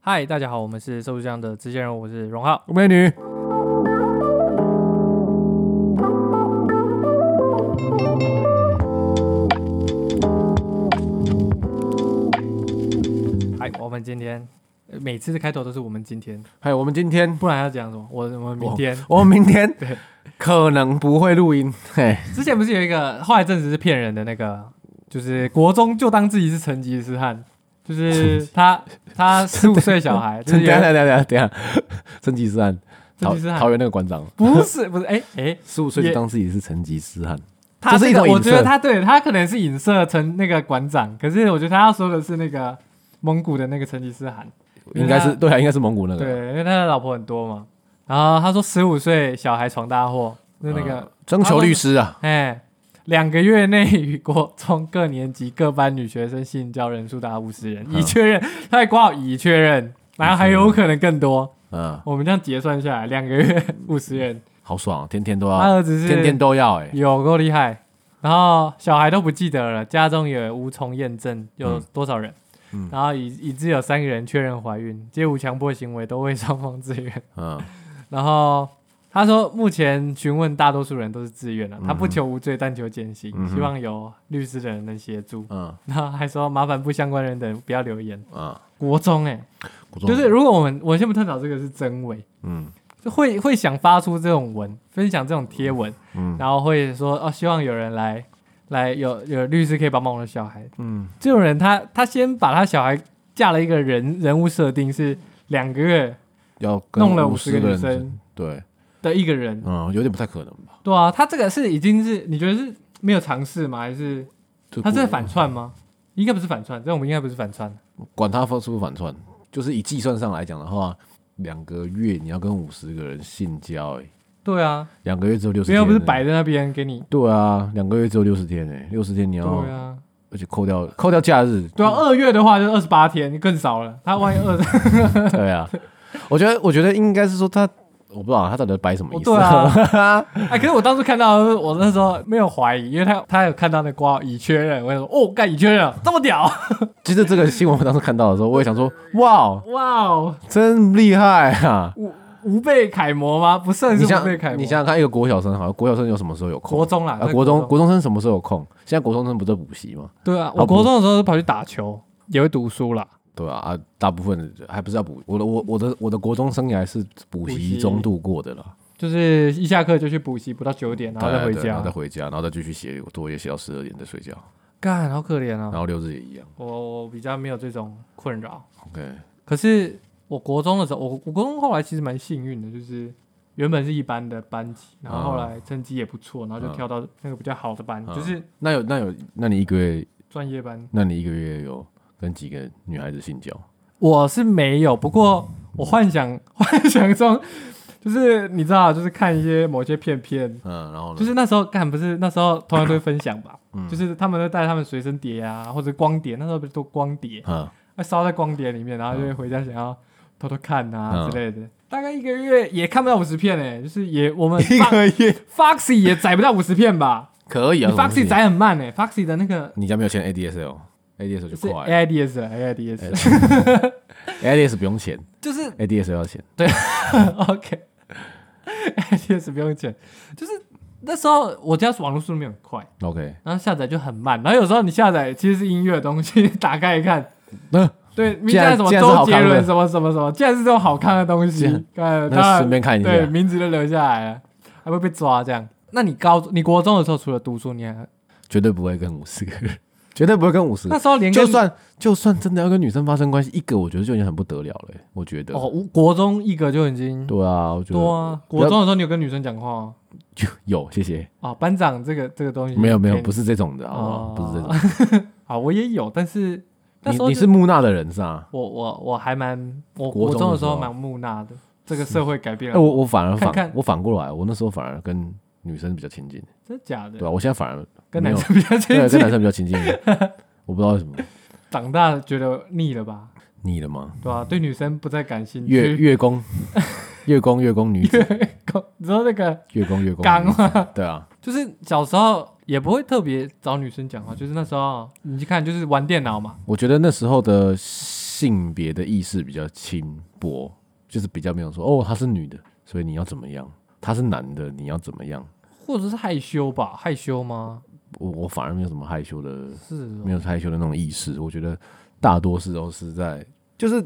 嗨，大家好，我们是社会上的知线人，我是荣浩。美女，嗨，我们今天呃每次的开头都是我们今天，还有我们今天，不然要讲什么？我我们明天我们明天对可能不会录音，嘿，之前不是有一个，后来证实是骗人的那个，就是国中就当自己是成吉思汗，就是他他十五岁小 孩，就等是一有下等一下等一下等一下，成吉思汗，成桃吉思汗桃园那个馆长，不是不是哎哎，十五岁也就当自己是成吉思汗，他这是一个种我影觉得射他对他可能是影射成那个馆长，可是我觉得他要说的是那个蒙古的那个成吉思汗。应该因为他是对啊，应该是蒙古那个，对，因为他的老婆很多嘛。然后他说十五岁小孩闯大祸，就那个嗯征求律师啊，哎，两个月内与国中各年级各班女学生性交人数达五十人，已嗯确认，他还挂号已确认，然后还有可能更多。嗯，我们这样结算下来，两个月五十人，好爽，啊天天都他要，儿子天天是都要，哎，有够厉害。然后小孩都不记得了，家中也无从验证有嗯多少人，嗯然后已已知有三个人确认怀孕，皆无强迫行为，都未 双方自愿。嗯，然后他说，目前询问大多数人都是自愿的、嗯哼他不求无罪，但求减刑，嗯哼希望有律师的人能协助。嗯然后还说，麻烦不相关人等不要留言。嗯，国中哎、国中就是如果我们我先不探讨这个是真伪，嗯就会会想发出这种文，分享这种贴文，嗯然后会说哦，希望有人来来有有律师可以帮帮我的小孩。嗯，这种人他他先把他小孩架了一个人人物设定是两个月要跟弄了五50十个女人生，对，的一个人，嗯，有点不太可能吧，对啊，他这个是已经是你觉得是没有尝试吗？还是就他是在国反串吗？应该不是反串，这我们应该不是反串。管他是不反串，就是以计算上来讲的话，两个月你要跟五十个人性交、欸，对啊，两个月只有六十因天、为不欸，是摆在那边给你。对啊，两个月只有六十天、欸，六十天你对要，啊，而且扣掉扣掉假日，对啊，二月的话就是二十八天，更少了。他万一二， 对啊，我觉得我觉得应该是说他，我不知道他到底在摆什么意思，对啊，哎，可是我当初看到，我那时候没有怀疑，因为他他有看到那挂号已确认，我就说哦，干已确认了，这么 屌， 其实这个新闻我当时看到的时候，我也想说，哇，哇哦，真厉害 啊！无无被楷模吗？不算你是想无被楷模，你想想看，一个国小生好像国小生有什么时候有空国？中啦，啊，在国中国中生什么时候有空？现在国中生不在补习吗？对啊，啊我不国中的时候是跑去打球，也会读书啦。对啊，啊，大部分的还不是要补我的我我的我的国中生涯是补补习习中度过的啦，就是一下课就去补习，补到九点，然后再对回对然家啊后再。回家，然后再继续写作业，写到十二点再睡觉，干，好可怜啊然！后六日也一样。我我比较没有这种困扰。 OK，可是我国中的时候，我我国中后来其实蛮幸运的，就是原本是一般的班级，然后后来成绩也不错，然后就嗯跳到那个比较好的班，嗯就是那有那有，那你一个月，专业班。那你一个月有跟几个女孩子性交？我是没有，不过我幻想 幻想中，就是你知道，就是看一些某些片片。嗯，然后呢？就是那时候干不是那时候同学都会分享吧，嗯就是他们都带他们随身碟啊，或者光碟，那时候不是都光碟，嗯会烧在光碟里面，然后就会回家想要偷偷看啊嗯之类的。大概一个月也看不到五十片诶、就是也我 们一个 月 Foxy 也载不到五十片 吧？可以你啊。什么东 Foxy 西载很慢诶、f o x y 的那个啊你家没有签 ADSL，ADSL 就是快了 AIDS 了，AIDS ，ADS 不用钱就是，ADSL 要钱。 OK，AIDS 不用钱，就是那时候我家网络速度没有很快， OK，然后下载就很慢，然后有时候你下载其实是音乐的东西， 打开一看，那对，明竟天然什么竟然是周好杰看的伦什么什么什么，竟然是这种好看的东西竟然，呃，当那然顺便看一下。对，名字都留下来了，还会被抓这样。那你高你国中的时候，除了读书，你还绝对不会跟五十个人，绝对不会跟五十。那时候连跟就算就算真的要跟女生发生关系，一个我觉得就已经很不得了了欸、我觉得。哦，我国中一个就已经对啊，我觉得多啊。不要国中的时候，你有跟女生讲话吗？有，谢谢。哦，班长这个这个东西没有没有，给你不是这种的，好不好？嗯哦不是这种。 啊，我也有，但是那时你候你就是木讷的人是吧？我我我还蛮我国国中中的的时时候候蛮木讷的，这个社会改变哎、了，我我反而反啊看看我反过来，我那时候反而跟女生比较亲近，真的假的对吧、？啊我现在 反而跟没男有生比较亲对跟男近，生比较亲近，我不知道为什么 长大觉得腻了吧？腻了吗？对吧？啊对女生不再感兴趣。月月宫，月宫月宫女子， 你知道那个月宫月宫刚女吗子，？对啊，就是小时候也不会特别找女生讲话，就是那时候你去看，就是玩电脑嘛，我觉得那时候的性性别的意识比较轻薄，就是比较没有说哦，她是女的，所以你要怎么样？她是男的，你要怎么样？或者是害羞吧？害羞吗？我我反而没有什么害羞的，是哦没有害羞的那种意识。我觉得大多是都是在就是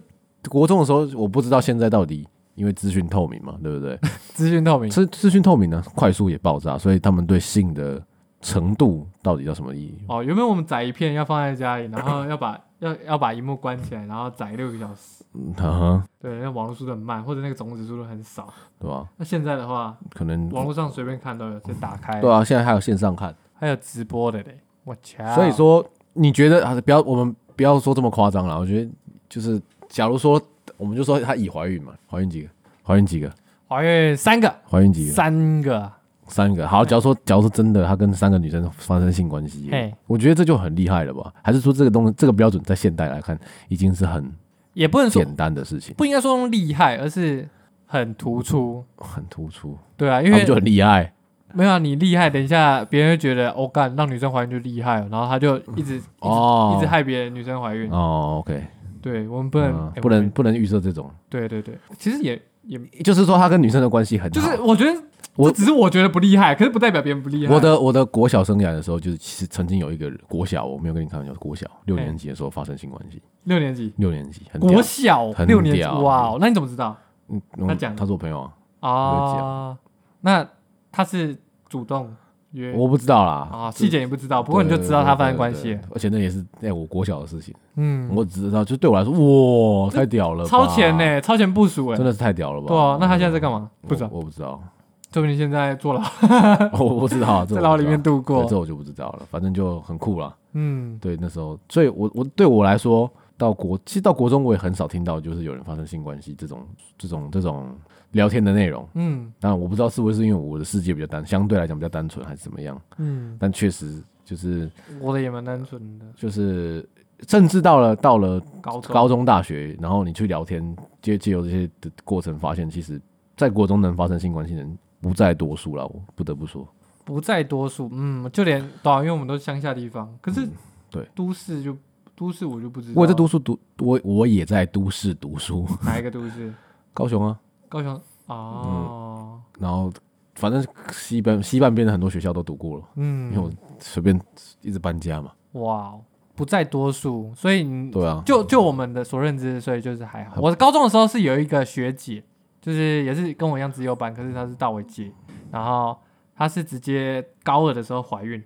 国中的时候，我不知道现在到底因为资讯透明嘛，对不对？资讯透明，资资讯透明呢，快速也爆炸，所以他们对性的程度到底叫什么意义？哦，原本我们载一片要放在家里，然后要把要要把荧幕关起来，然后载六个小时。嗯啊哈，对，那网络速度很慢，或者那个种子速度很少。对吧？那现在的话，可能网络上随便看都有，就打开，对啊，现在还有线上看，还有直播的嘞。我操！所以说你觉得啊，不要我们不要说这么夸张了，我觉得就是假如说我们就说她已怀孕嘛，怀孕几个？怀孕几个？怀孕三个，怀孕几个？三个，三个。好，假如说，假如说真的，她跟三个女生发生性关系嘿，我觉得这就很厉害了吧？还是说这个东这个标准在现代来看，已经是很也不能说简单的事情，不应该说厉害，而是很突出。很突出，对啊，他因为们就很厉害。没有、啊、你厉害，等一下别人会觉得哦干，让女生怀孕就厉害了，然后他就一直一直、哦一直害别人女生怀孕。哦，OK，对我们不能、嗯哎不能。不能预设这种，对对对，其实也也就是说他跟女生的关系很就好。是我觉得我我只是我觉得不厉害，可是不代表别人不厉害。我的我的国小生涯的时候，就是其实曾经有一个人国小，我没有跟你开玩笑，国小六年级的时候发生性关系，六年级六年级很屌国小很六年级，屌哇哦，那你怎么知道嗯他讲他是我朋友啊，有啊？那他是主动约我不知道啦啊，是细节也不知道，不过你就知道他发生关，对系对对，对而且那也是在我国小的事情，嗯，我只知道就对我来说，哇，太屌了吧，超前呢，超前部署哎真，的是太屌了吧？对啊，那他现在在干嘛？我不知道，我不知道， 说不定现在坐牢，我我不知道，这在我牢不里知道面度对这过。我就不知道了，反正就很酷啦。嗯，对，那时候，所以我我对我来说，到国其实到国中我也很少听到就是有人发生性关系这种这种这种聊天的内容。嗯当然我不知道是不是因为我的世界比较单，相对来讲比较单纯还是怎么样，嗯，但确实就是我的也蛮单纯的，就是，甚至到了到了高中高中大学，然后你去聊天，借借由这些的过程，发现其实在国中能发生性关系的人不在多数了，我不得不说。不在多数，嗯，就连对啊，因为我们都是乡下地方，可是、嗯对都市就都市我就不知道，我也在读书读，我我也在都市读书， 哪一个都市？高雄啊。高雄哦，然后反正西半西半边的很多学校都读过了，因为嗯，我随便一直搬家嘛。哇，哦不在多数，所以你对啊，嗯就就我们的所认知，所以就是还好。我高中的时候是有一个学姐，就是也是跟我一样自由班，可是她是大我一届，然后她是直接高二的时候怀孕，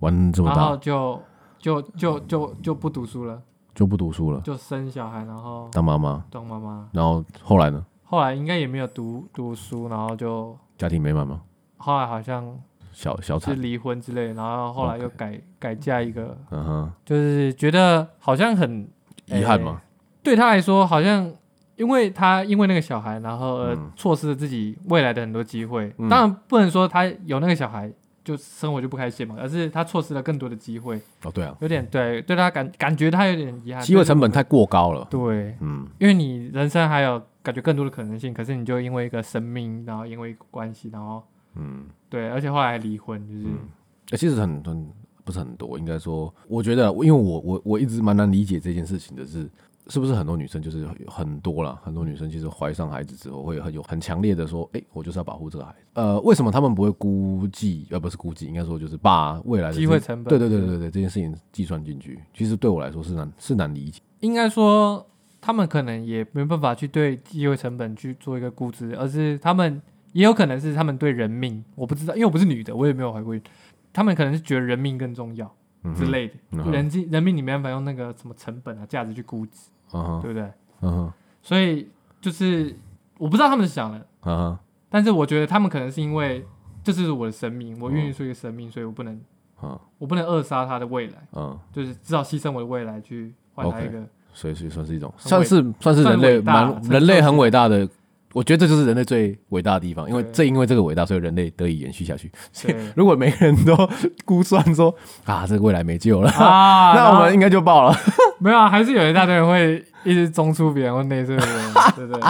玩这么然后大就就就就就不读书了，就不读书了，就生小孩，然后当妈妈。当妈妈。然后后来呢？后来应该也没有读读书，然后就家庭美满吗？后来好像小小是产，离婚之类，然后后来又改改嫁一个，嗯哼，就是觉得好像很遗憾嘛，对他来说，好像因为他因为那个小孩，然后嗯呃错失了自己未来的很多机会。嗯当然不能说他有那个小孩就生活就不开心嘛，而是他错失了更多的机会，哦对啊，有点对对他感感觉他有点遗憾，机会成本太过高了。对，嗯，因为你人生还有感觉更多的可能性，可是你就因为一个生命，然后因为一个关系，然后嗯对，而且后来还离婚，就是、欸其实很很不是很多，应该说，我觉得，因为我我我一直蛮难理解这件事情的是，是不是很多女生就是很多啦，很多女生其实怀上孩子之后会很有很强烈的说，哎、我就是要保护这个孩子。呃，为什么他们不会估计，呃，不是估计，应该说就是把未来的机会成本对对对对对，这件事情计算进去。其实对我来说是难是难理解，应该说，他们可能也没办法去对机会成本去做一个估值，而是他们也有可能是他们对人命，我不知道，因为我不是女的，我也没有怀过孕，他们可能是觉得人命更重要嗯之哼，类的，嗯哼人际人命你没办法用那个什么成本啊价值去估值，嗯哼，对不对？嗯哼，所以就是我不知道他们是想的，嗯哼，但是我觉得他们可能是因为这是我的生命，我孕育出一个生命，所以我不能嗯我不能扼杀他的未来，嗯，就是至少牺牲我的未来去换他一个所以所以算是一种，很算伟是算是算人类伟大蛮成就人类是很伟大的，我觉得这就是人类最伟大的地方，因为对正因为这个伟大，所以人类得以延续下去。 对如果每个人都估算说 啊，这个未来没救了，啊那我们应该 就爆了。没有啊，还是有一大堆人会一直中出别人或内射别人，对 不对？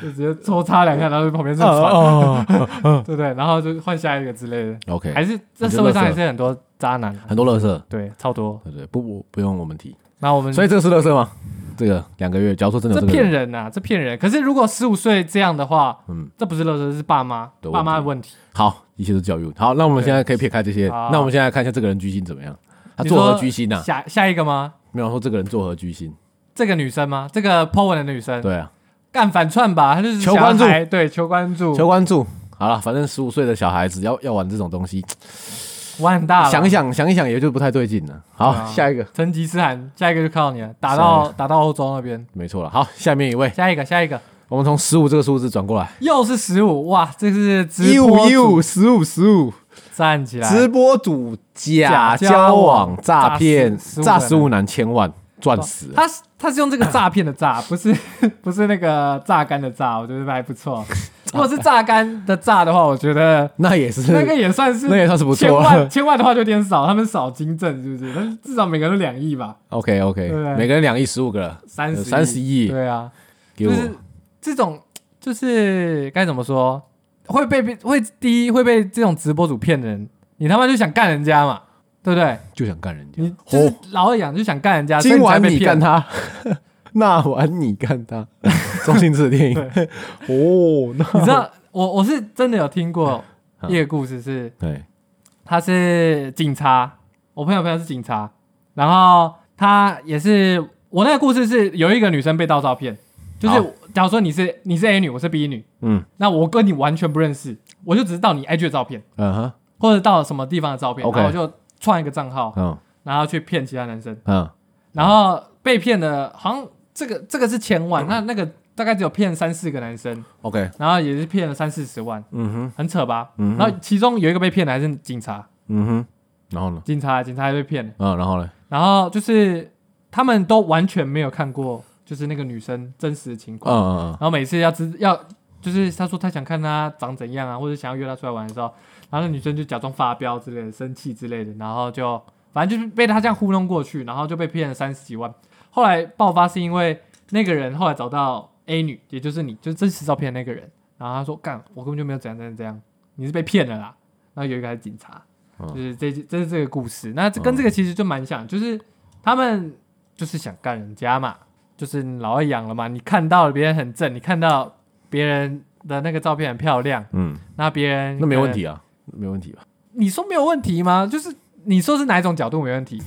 就直接抽插两下，然后旁边是船，啊哦 哦对不对？然后就换下一个之类的，哦 OK，还是这社会上还是很多渣男，啊很多乐色，对，超多。对不对？不不不用我们提，那我们所以这个是乐色吗？这个两个月，假如说真的有这这个骗人，人呐、这骗人。可是如果十五岁这样的话，嗯，这不是乐色，这是爸妈的问题爸妈的问题。好，一切都教育。好，那我们对现在可以撇开这些，好那我们现在看一下这个人居心怎么样，他你作何说居心呐、下下一个吗？没有说这个人作何居心，这个女生吗？这个 po 文的女生，对啊，干反串吧，她就是想求要关注孩，对，求关注，求关注。好了，反正十五岁的小孩子要要玩这种东西，玩很大了。想一想想一想，也就不太对劲了。好，对啊下一个，成吉思汗，下一个就靠你了，打下到打到欧洲那边。没错了。好，下面一位，下一个，下一个，我们从十五这个数字转过来，又是十五，哇，这是直一播五一主五十五十五，站起来，直播主假假交交往往诈骗，诈诈十十五五男千万赚死了。他是他是用这个诈骗的诈， 不是不是那个榨干的榨，我觉得还不 错。如果是榨干的榨的话，我觉得那也是，那个也算是那也算是不错千啊万了。千万的话就有点少，他们少金正是不是？但是至少每个人都两亿吧， OK 对不 OK，对每个人两亿十五个了，三十呃三十亿对啊，给就我。是这种就是该怎么说，会被被会第一会被这种直播主骗的人，你他妈就想干人家嘛，对不对？就想干人家。你就是老二养就想干人家，哦今晚啊所以你你才被干骗。他， 那晚你 干他。周星驰的电影 哦，那你知 道我我是真的有听过嗯一个故事是。对，他是警察，我朋友朋友是警察，然后他也是我那个故事是有一个女生被盗照片，就好是假如说你是你是 A 女，我是 B 女，嗯那我跟你完全不认识，我就只是盗你 IG 的照片嗯哼，或者盗什么地方的照片 OK 然后我就创一个账号，嗯然后去骗其他男生，嗯，然后被骗的好像这个这个是千 万，那那个大概只有骗三四个男生， OK，然后也是骗了三四十万，嗯哼，很扯吧？嗯然哼，后其中有一个被骗的还是警察，嗯哼，然后呢？警察警察还被骗了。嗯，然后呢？然后就是他们都完全没有看过，就是那个女生真实的情嗯况。嗯然后每次要知要，就是他说他想看她长怎样啊，或者想要约她出来玩的时候，然后那女生就假装发飙之类的、生气之类的，然后就反正就是被他这样糊弄过去，然后就被骗了三十几万。后来爆发是因为那个人后来找到 A 女，也就是你，就是真实照片的那个人，然后他说干，我根本就没有怎样怎样怎样，你是被骗了啦。然后有一个还是警察，嗯就是这这是这个故事。那这跟这个其实就蛮像，就是他们就是想干人家嘛，就是老二养了嘛。你看到别人很正，你看到别人的那个照片很漂亮，嗯，那别人那没问可题啊，没问题吧？能。你说没有问题吗？就是你说是哪一种角度没问题？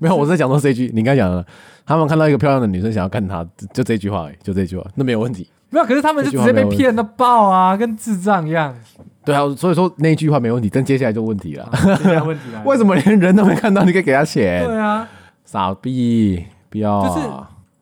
没有，我在讲说这一句，你刚讲的，他们看到一个漂亮的女生想要干她，就就这句话而已，就这句话，那没有问题。没有，可是他们就这句直话接被 没有问题骗的爆啊，跟智障一样。对啊，所以说那一句话没问题，但接下来就问题了。没有问题啊 ？为什么连人都没看到，你可以给他钱？对啊，傻逼，不要啊，就是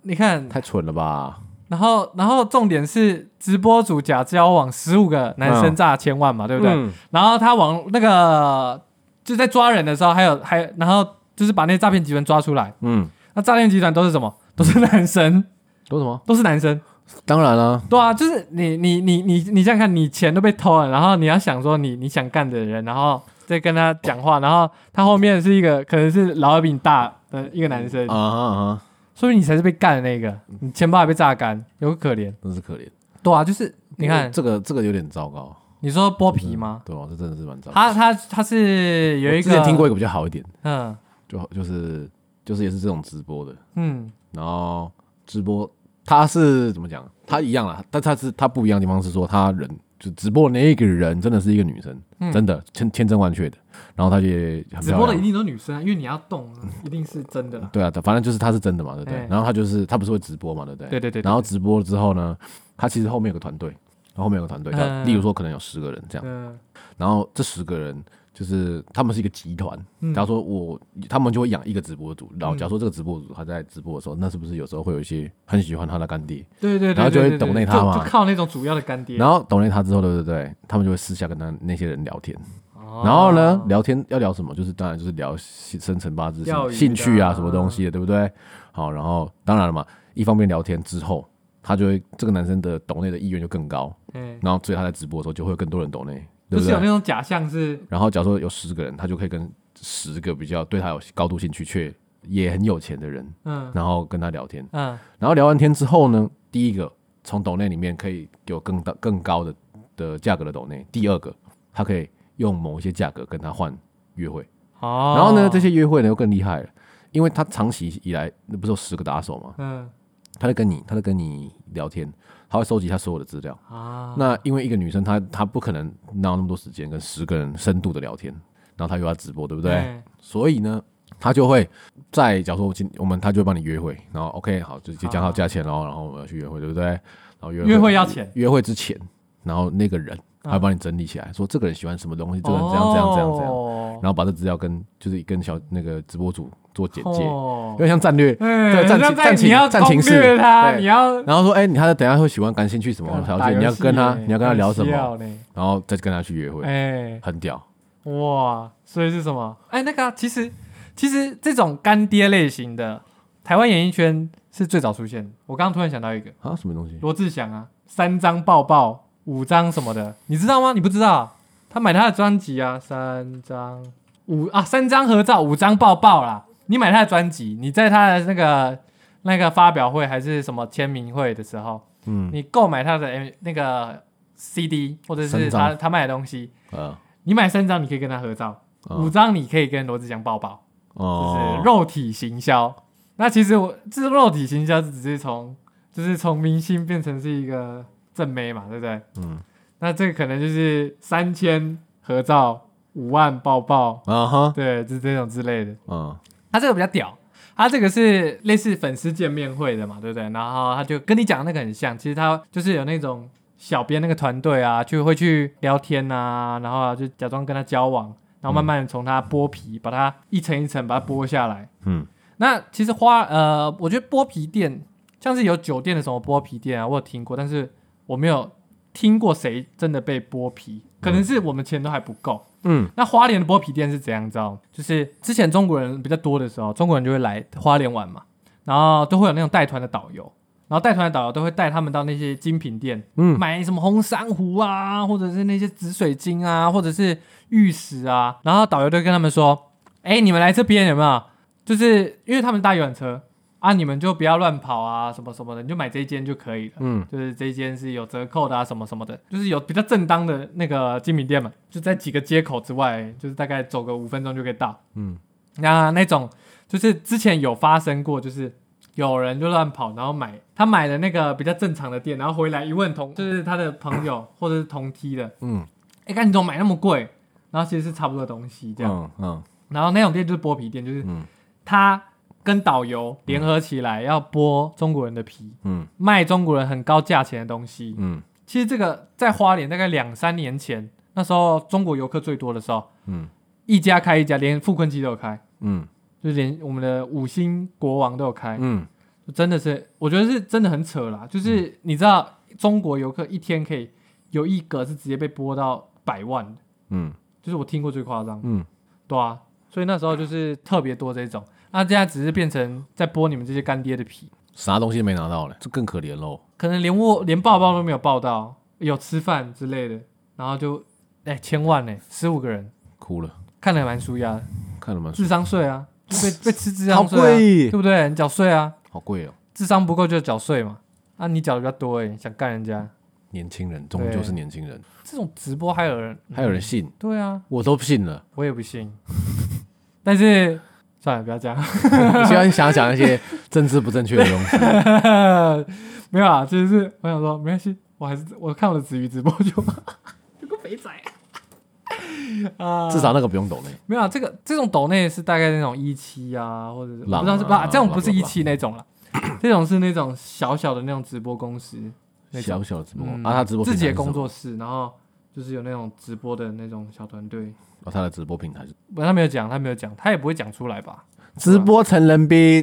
你看，太蠢了吧？然后然后重点是直播主假交往十五个男生诈千万嘛，对对不对？然后他往那个就在抓人的时候，还有还有然后就是把那些诈骗集团抓出来。嗯，那诈骗集团都是什么？都是男生，都什么？都是男生。当然啦、对啊，就是你你你你你这样看，你钱都被偷了，然后你要想说你你想干的人，然后再跟他讲话，然后他后面是一个可能是老二比你大的一个男生啊，哈啊哈，说明你才是被干的那个，你钱包还被榨干，有个可怜。真是可怜。对啊，就是你看，这个这个有点糟糕，你说剥皮吗？对吧？啊这嗯真的是蛮糟糕。他他他是有一我之个前听过一个比较好一点，嗯就就是就是也是这种直播的，嗯然后直播他是怎么讲？他一样啦，但他是他不一样的地方是说，他人就直播那个人真的是一个女生，嗯真的千千真万确的。然后他也很直漂播的亮一定都是女生啊，因为你要 动，一定是真的啦。对啊，反正就是他是真的嘛，对不对？哎然后他就是他不是会直播嘛，对不对？对对对对然后直播之后呢，他其实后面有个团队，然后后面有个团队，他嗯例如说可能有十个人这样，嗯然后这十个人就是他们是一个集团，嗯假如说我他们就会养一个直播主，然后嗯假如说这个直播主他在直播的时候，那是不是有时候会有一些很喜欢他的干爹，对对对，然后就会对对对抖内就他嘛就靠那种主要的干爹。然后懂了他之后，对不对？他们就会私下跟他那些人聊天，后然后呢，聊天要聊什么？就是当然就是聊生辰八字、什钓鱼么的啊兴趣啊，什么东西的，对不对？好，然后当然了嘛，一方面聊天之后，他就会这个男生的抖内的意愿就更高，嗯，然后所以他在直播的时候就会有更多人抖内，就对不是有啊那对？种假象是，然后假如说有十个人，他就可以跟十个比较对他有高度兴趣却也很有钱的人，嗯然后跟他聊天，嗯然后聊完天之后呢，第一个从抖内里面可以有更大更高的的价格的抖内，第二个他可以用某一些价格跟他换约会。哦。然后呢，这些约会呢又更厉害了，因为他长期以来那不是有十个打手吗？嗯他在跟你，他在跟你聊天，他会收集他所有的资料。啊，那因为一个女生她，她不可能哪有那么多时间跟十个人深度的聊天，然后她又要直播，对不对？哎所以呢，她就会在假如说我今我们她就会帮你约会，然后 OK 好，就就讲好价钱咯，然后我们要去约会，对不对？然后约约会要钱啊约会之前，然后那个人他会帮你整理起来，说这个人喜欢什么东西，这个哦人这样这样这样这样，样然后把这资料跟就是跟小那个直播主做简介，哦有点像战略。哎，战那情在战情你要战情攻略式他，对你要然后说，哎、你他等一下会喜欢感兴趣什么条打游戏件？你要跟他，耶你要跟他聊什很么？需要呢？然后再跟他去约会，哎，很屌。哇，所以是什么？哎，那个啊其实其实这种干爹类型的台湾演艺圈是最早出现的。我刚刚突然想到一个啊，什么东西？罗志祥啊，三张抱抱，五张什么的，你知道吗？你不知道？啊他买他的专辑啊，三张五啊，三张合照，五张抱抱啦。你买他的专辑，你在他的那个那个发表会还是什么签名会的时候，嗯，你购买他的 M- 那个 CD 或者三是张他他卖的东西，呃，你买三张你可以跟他合照，嗯五张你可以跟罗志祥抱抱，就是哦，肉体行销。那其实我这肉体行销是只是从就是从明星变成是一个正妹嘛，对不对？嗯，那这个可能就是三千合照，五万抱抱，啊哈，对，就是这种之类的。嗯，他这个比较屌，他这个是类似粉丝见面会的嘛，对不对？然后他就跟你讲的那个很像，其实他就是有那种小编那个团队啊，就会去聊天啊，然后啊就假装跟他交往，然后慢慢地从他剥皮，把他一层一层把它剥下来。嗯，那其实花呃，我觉得剥皮店像是有酒店的什么剥皮店啊，我有听过，但是我没有听过谁真的被剥皮，可能是我们钱都还不够。嗯，那花莲的剥皮店是怎样？你知道吗？就是之前中国人比较多的时候，中国人就会来花莲玩嘛，然后都会有那种带团的导游，然后带团的导游都会带他们到那些精品店，嗯买什么红珊瑚啊，或者是那些紫水晶啊，或者是玉石啊，然后导游就跟他们说，哎、你们来这边有没有？就是因为他们搭游览车啊，你们就不要乱跑啊，什么什么的，你就买这一间就可以了。嗯，就是这一间是有折扣的啊，什么什么的，就是有比较正当的那个精品店嘛，就在几个街口之外，就是大概走个五分钟就可以到。嗯，那那种就是之前有发生过，就是有人就乱跑，然后买他买的那个比较正常的店，然后回来一问同，就是他的朋 友或者是同梯的，嗯，哎，看你怎么买那么贵？然后其实是差不多的东西这样。嗯嗯然后那种店就是剥皮店，就是嗯他跟导游联合起来要剥中国人的皮，嗯卖中国人很高价钱的东西。嗯其实这个在花莲大概两三年前，那时候中国游客最多的时候，嗯一家开一家，连富坤鸡都有开，嗯就是连我们的五星国王都有开，嗯，就真的是我觉得是真的很扯啦。就是你知道中国游客一天可以有一个是直接被拨到百万的，嗯就是我听过最夸张，嗯，对啊，所以那时候就是特别多这种。那现在只是变成在剥你们这些干爹的皮，啥东西没拿到嘞？这更可怜喽。可能连我连抱抱都没有抱到，有吃饭之类的，然后就哎、千万呢、十五个人。哭了，看了也蛮舒压的，看了蛮智商税啊，就被被吃智好商税、啊，对贵，不对？你缴税啊，好贵哦。智商不够就缴税嘛。啊，你缴的比较多哎、想干人家，年轻人终究是年轻人，这种直播还有人，还有人信，对啊，我都信了。 我也不信。 但是算了，不要讲，你现在想讲一些政治不正确的东西， 没有啊，就是我想说没关系，我还是我看我的子瑜直播就好，有个肥仔啊， 啊至少那个不用懂嘞。没有啊，这个这种抖内是大概那种一期啊，或者是我浪不知道是啊不啊，这种浪不是浪一期那种 了，这种是那种小小的那种直播公司，那种小小的直播嗯啊，他直播自己的平台是什工么作室，然后就是有那种直播的那种小团队。哦，他的直播平台是不，他没有讲，他没有讲，他也不会讲出来吧。直播成 人兵，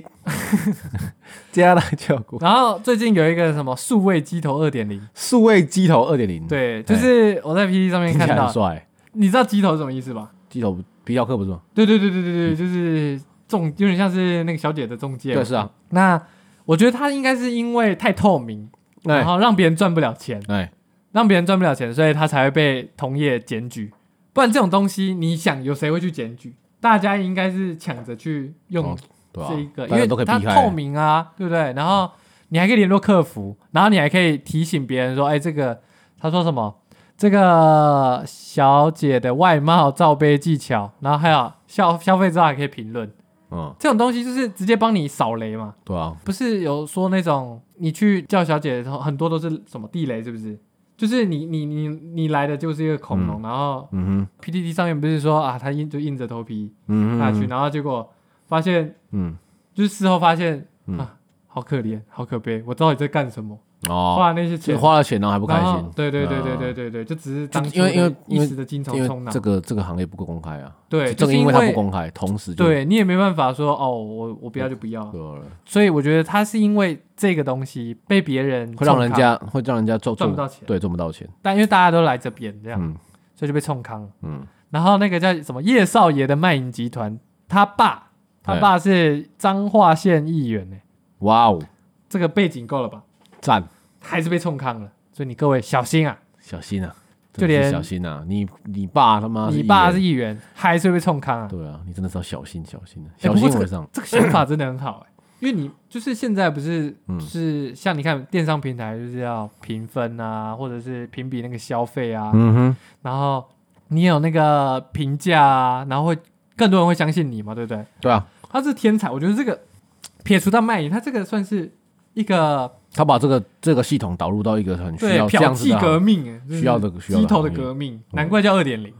接下来就要过然后最近有一个什么数位机头二点零，数位机头二点零，，对，就是我在 PPT 上面哎听起看来很到，帅。你知道机头是什么意思吧？机头皮条客不是吗？对对对对对对，就是中，有点像是那个小姐的中介。对，是。啊，那我觉得他应该是因为太透明，然哎后让别人赚不了钱，哎，让别人赚不了钱，所以他才会被同业检举。不然这种东西，你想有谁会去检举？大家应该是抢着去用哦对啊这一个，，因大家为都可以它避透开。明啊，对不对？然后你还可以联络客服，然后你还可以提醒别人说，哎，这个他说什么？这个小姐的外貌、罩杯技巧，然后还有消消费之后还可以评论，嗯，这种东西就是直接帮你扫雷嘛。对啊，不是有说那种你去叫小姐的时候，很多都是什么地雷，是不是？就是你你你你来的就是一个恐龙，然后嗯 PDD 上面不是说啊，他硬就硬着头皮哼，嗯下哼，去，然后结果发现嗯，就是事后发现、嗯啊，好可怜，好可悲，我到底在干什么？哦，花了那些就钱是，花了钱然后还不开然后心，对对对嗯对对对对，就只是当因为因为初一时的精虫因冲为脑这，个这个行业不公开啊，对，就正是因因为它不公开，同时就对你也没办法说哦，我我不要就不要，对了所以我觉得他是因为这个东西被别人会让冲人康家会让人家赚赚不到钱对，赚不到钱，但因为大家都来这边这样，嗯所以就被冲康了。嗯，然后那个叫什么叶少爷的卖淫集团，他爸他哎爸是彰化县议员呢、欸哇哦，这个背景够了吧？赞，还是被冲康了，所以你各位小心啊！小心啊，就真的是连小心啊，你你爸他妈，你爸是一，议员，还是会被冲康啊？对啊，你真的是要小心小心啊，哎小不过心这为个上，这个想法真的很好哎、因为你就是现在不是嗯就是像你看电商平台就是要评分啊，或者是评比那个消费啊，嗯哼，然后你有那个评价啊，然后会更多人会相信你嘛，对不对？对啊，他是天才，我觉得这个撇除到卖淫，他这个算是一个他把这个这个系统导入到一个很需对要这嫖样子妓的啊革行。命欸，就是需要的需要鸡的头的行嗯哦业革命，难怪叫二点零，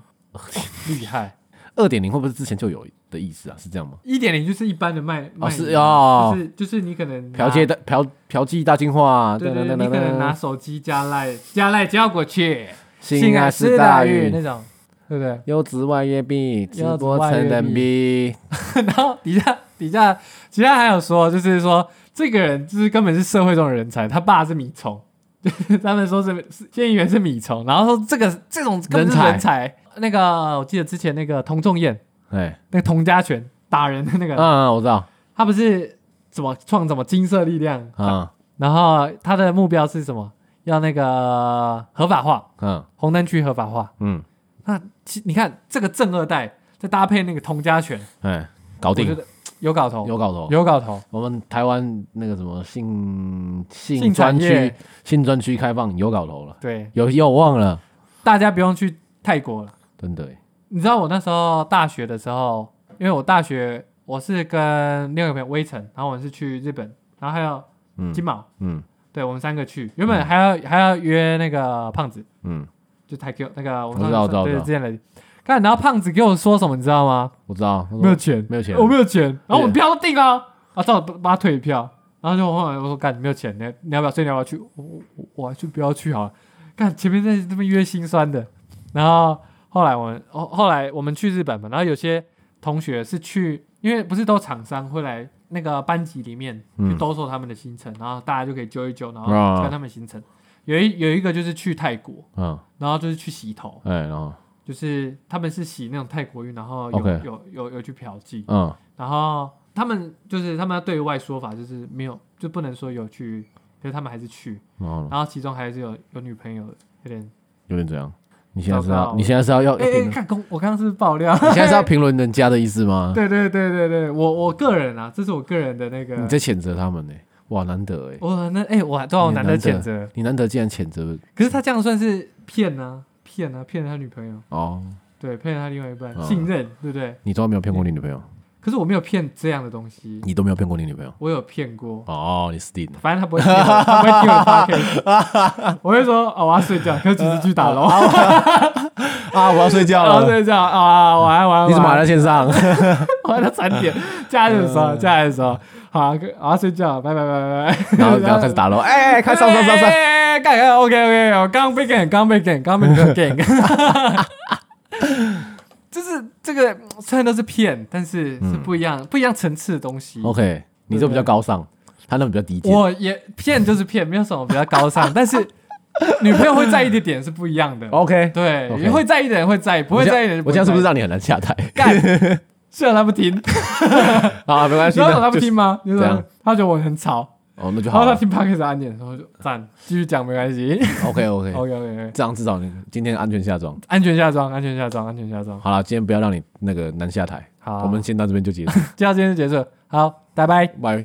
厉害。二点零会不会之前就有的意思啊？是这样吗？一点零就是一般的卖，卖是淫哦就是就是你可能拿嫖妓，的嫖嫖妓大进化，啊啊对噔对，噔对噔你噔可能噔拿手机加赖加赖交过去，性爱是是大运运那，种，对不对？优质外月币，直优质播外成月人币，然后底下底下其他还有说，就是说这个人就是根本是社会中的人才，他爸是米虫，就是他们说是是县议员是米虫，然后说这个这种根本是人人才。那个我记得之前那个童仲彦，哎，那个童家拳打人的那个，嗯嗯，我知道，他不是怎么创什么金色力量，嗯然后他的目标是什么？要那个合法化，嗯红灯区合法化。嗯，那其你看这个正二代，再搭配那个童家拳，哎，搞我觉定，得有搞头，有搞头。有搞头。我们台湾那个什么性性性产专业区，性专区开放有搞头了，对，有有我忘了，大家不用去泰国了。真的耶，你知道我那时候大学的时候，因为我大学我是跟另外一个朋友微尘，然后我们是去日本，然后还有嗯金毛，嗯对我们三个去。原本还要、还要约那个胖子，嗯，就泰 Q 那个我我们知道上次我知道对我知道之前来。看，然后胖子给我说什么，你知道吗？我知道，他说没有钱，没有钱我没有钱。然后我们票都定了，啊，照把他退票。然后就后来我说，干，你没有钱，你你要不要？所以你要不要去？我我我我还是不要去好了。干，前面在这边约心酸的。然后后来我们后后来我们去日本嘛，然后有些同学是去，因为不是都厂商会来那个班级里面嗯去兜售他们的行程，然后大家就可以揪一揪，然后啊跟他们行程。有一有一个就是去泰国，嗯，然后就是去洗头，哎，然后就是他们是洗那种泰国浴，然后有 OK 有有有去嫖妓，嗯然后他们就是他们要对外说法，就是没有就不能说有去，可是他们还是去，然后呢然后其中还是有有女朋友，有点有点这样，你现在是糟糕要你现在是要要哎评哎，论看公我刚刚是不是爆料，你现在是要评论人家的意思吗？对对对对对，我我个人啊，这是我个人的那个，你在谴责他们呢，哇，难得哎，我那哎我多少你难得很难谴得责，你难得竟然谴责可是他这样算是骗啊骗啊骗了他女朋友，哦，对骗了他另外一半嗯信任，对不对？你从来没有骗过你女朋友，可是我没有骗这样的东西，你都没有骗过你女朋友，我有骗过。哦，你死定了，反正他不会听我，他不会听我的 podcast。我会说哦，我要睡觉，可是其实去打龙，啊，我要睡觉然后睡觉啊，晚安晚安。你怎么还在线上？玩到三点？假日的时候，假日的时候，好，我要睡觉，拜拜拜拜。 然后然后开始打喽，哎、哎，拜，看上上上上，上，干干 OK OK，我刚被 gang，刚被 gang，刚被 gang。就是这个虽然都是骗，但是是不一样、不一样层次的东西。 OK，你这比较高尚，他那比较低贱。我也骗就是骗，没有什么比较高尚，但是女朋友会在意的点是不一样的。 OK，对 OK 会在意的人会在意，不我会这在意的样人我这样是不是在让你很难下台？意 干？虽然他不听，啊，没关你系，知道那他不就是听吗？就是这样他觉得我很吵，哦，那就然好后他了。听 podcast 按键，然后就赞，继续讲没关系。 OK OK， OK OK，这样至少你今天安全下妆。安全下装，安全下装，安全下装。好了，今天不要让你那个难下台。好， 我们先到这边就结束，就到今天就结束，好，拜拜。拜。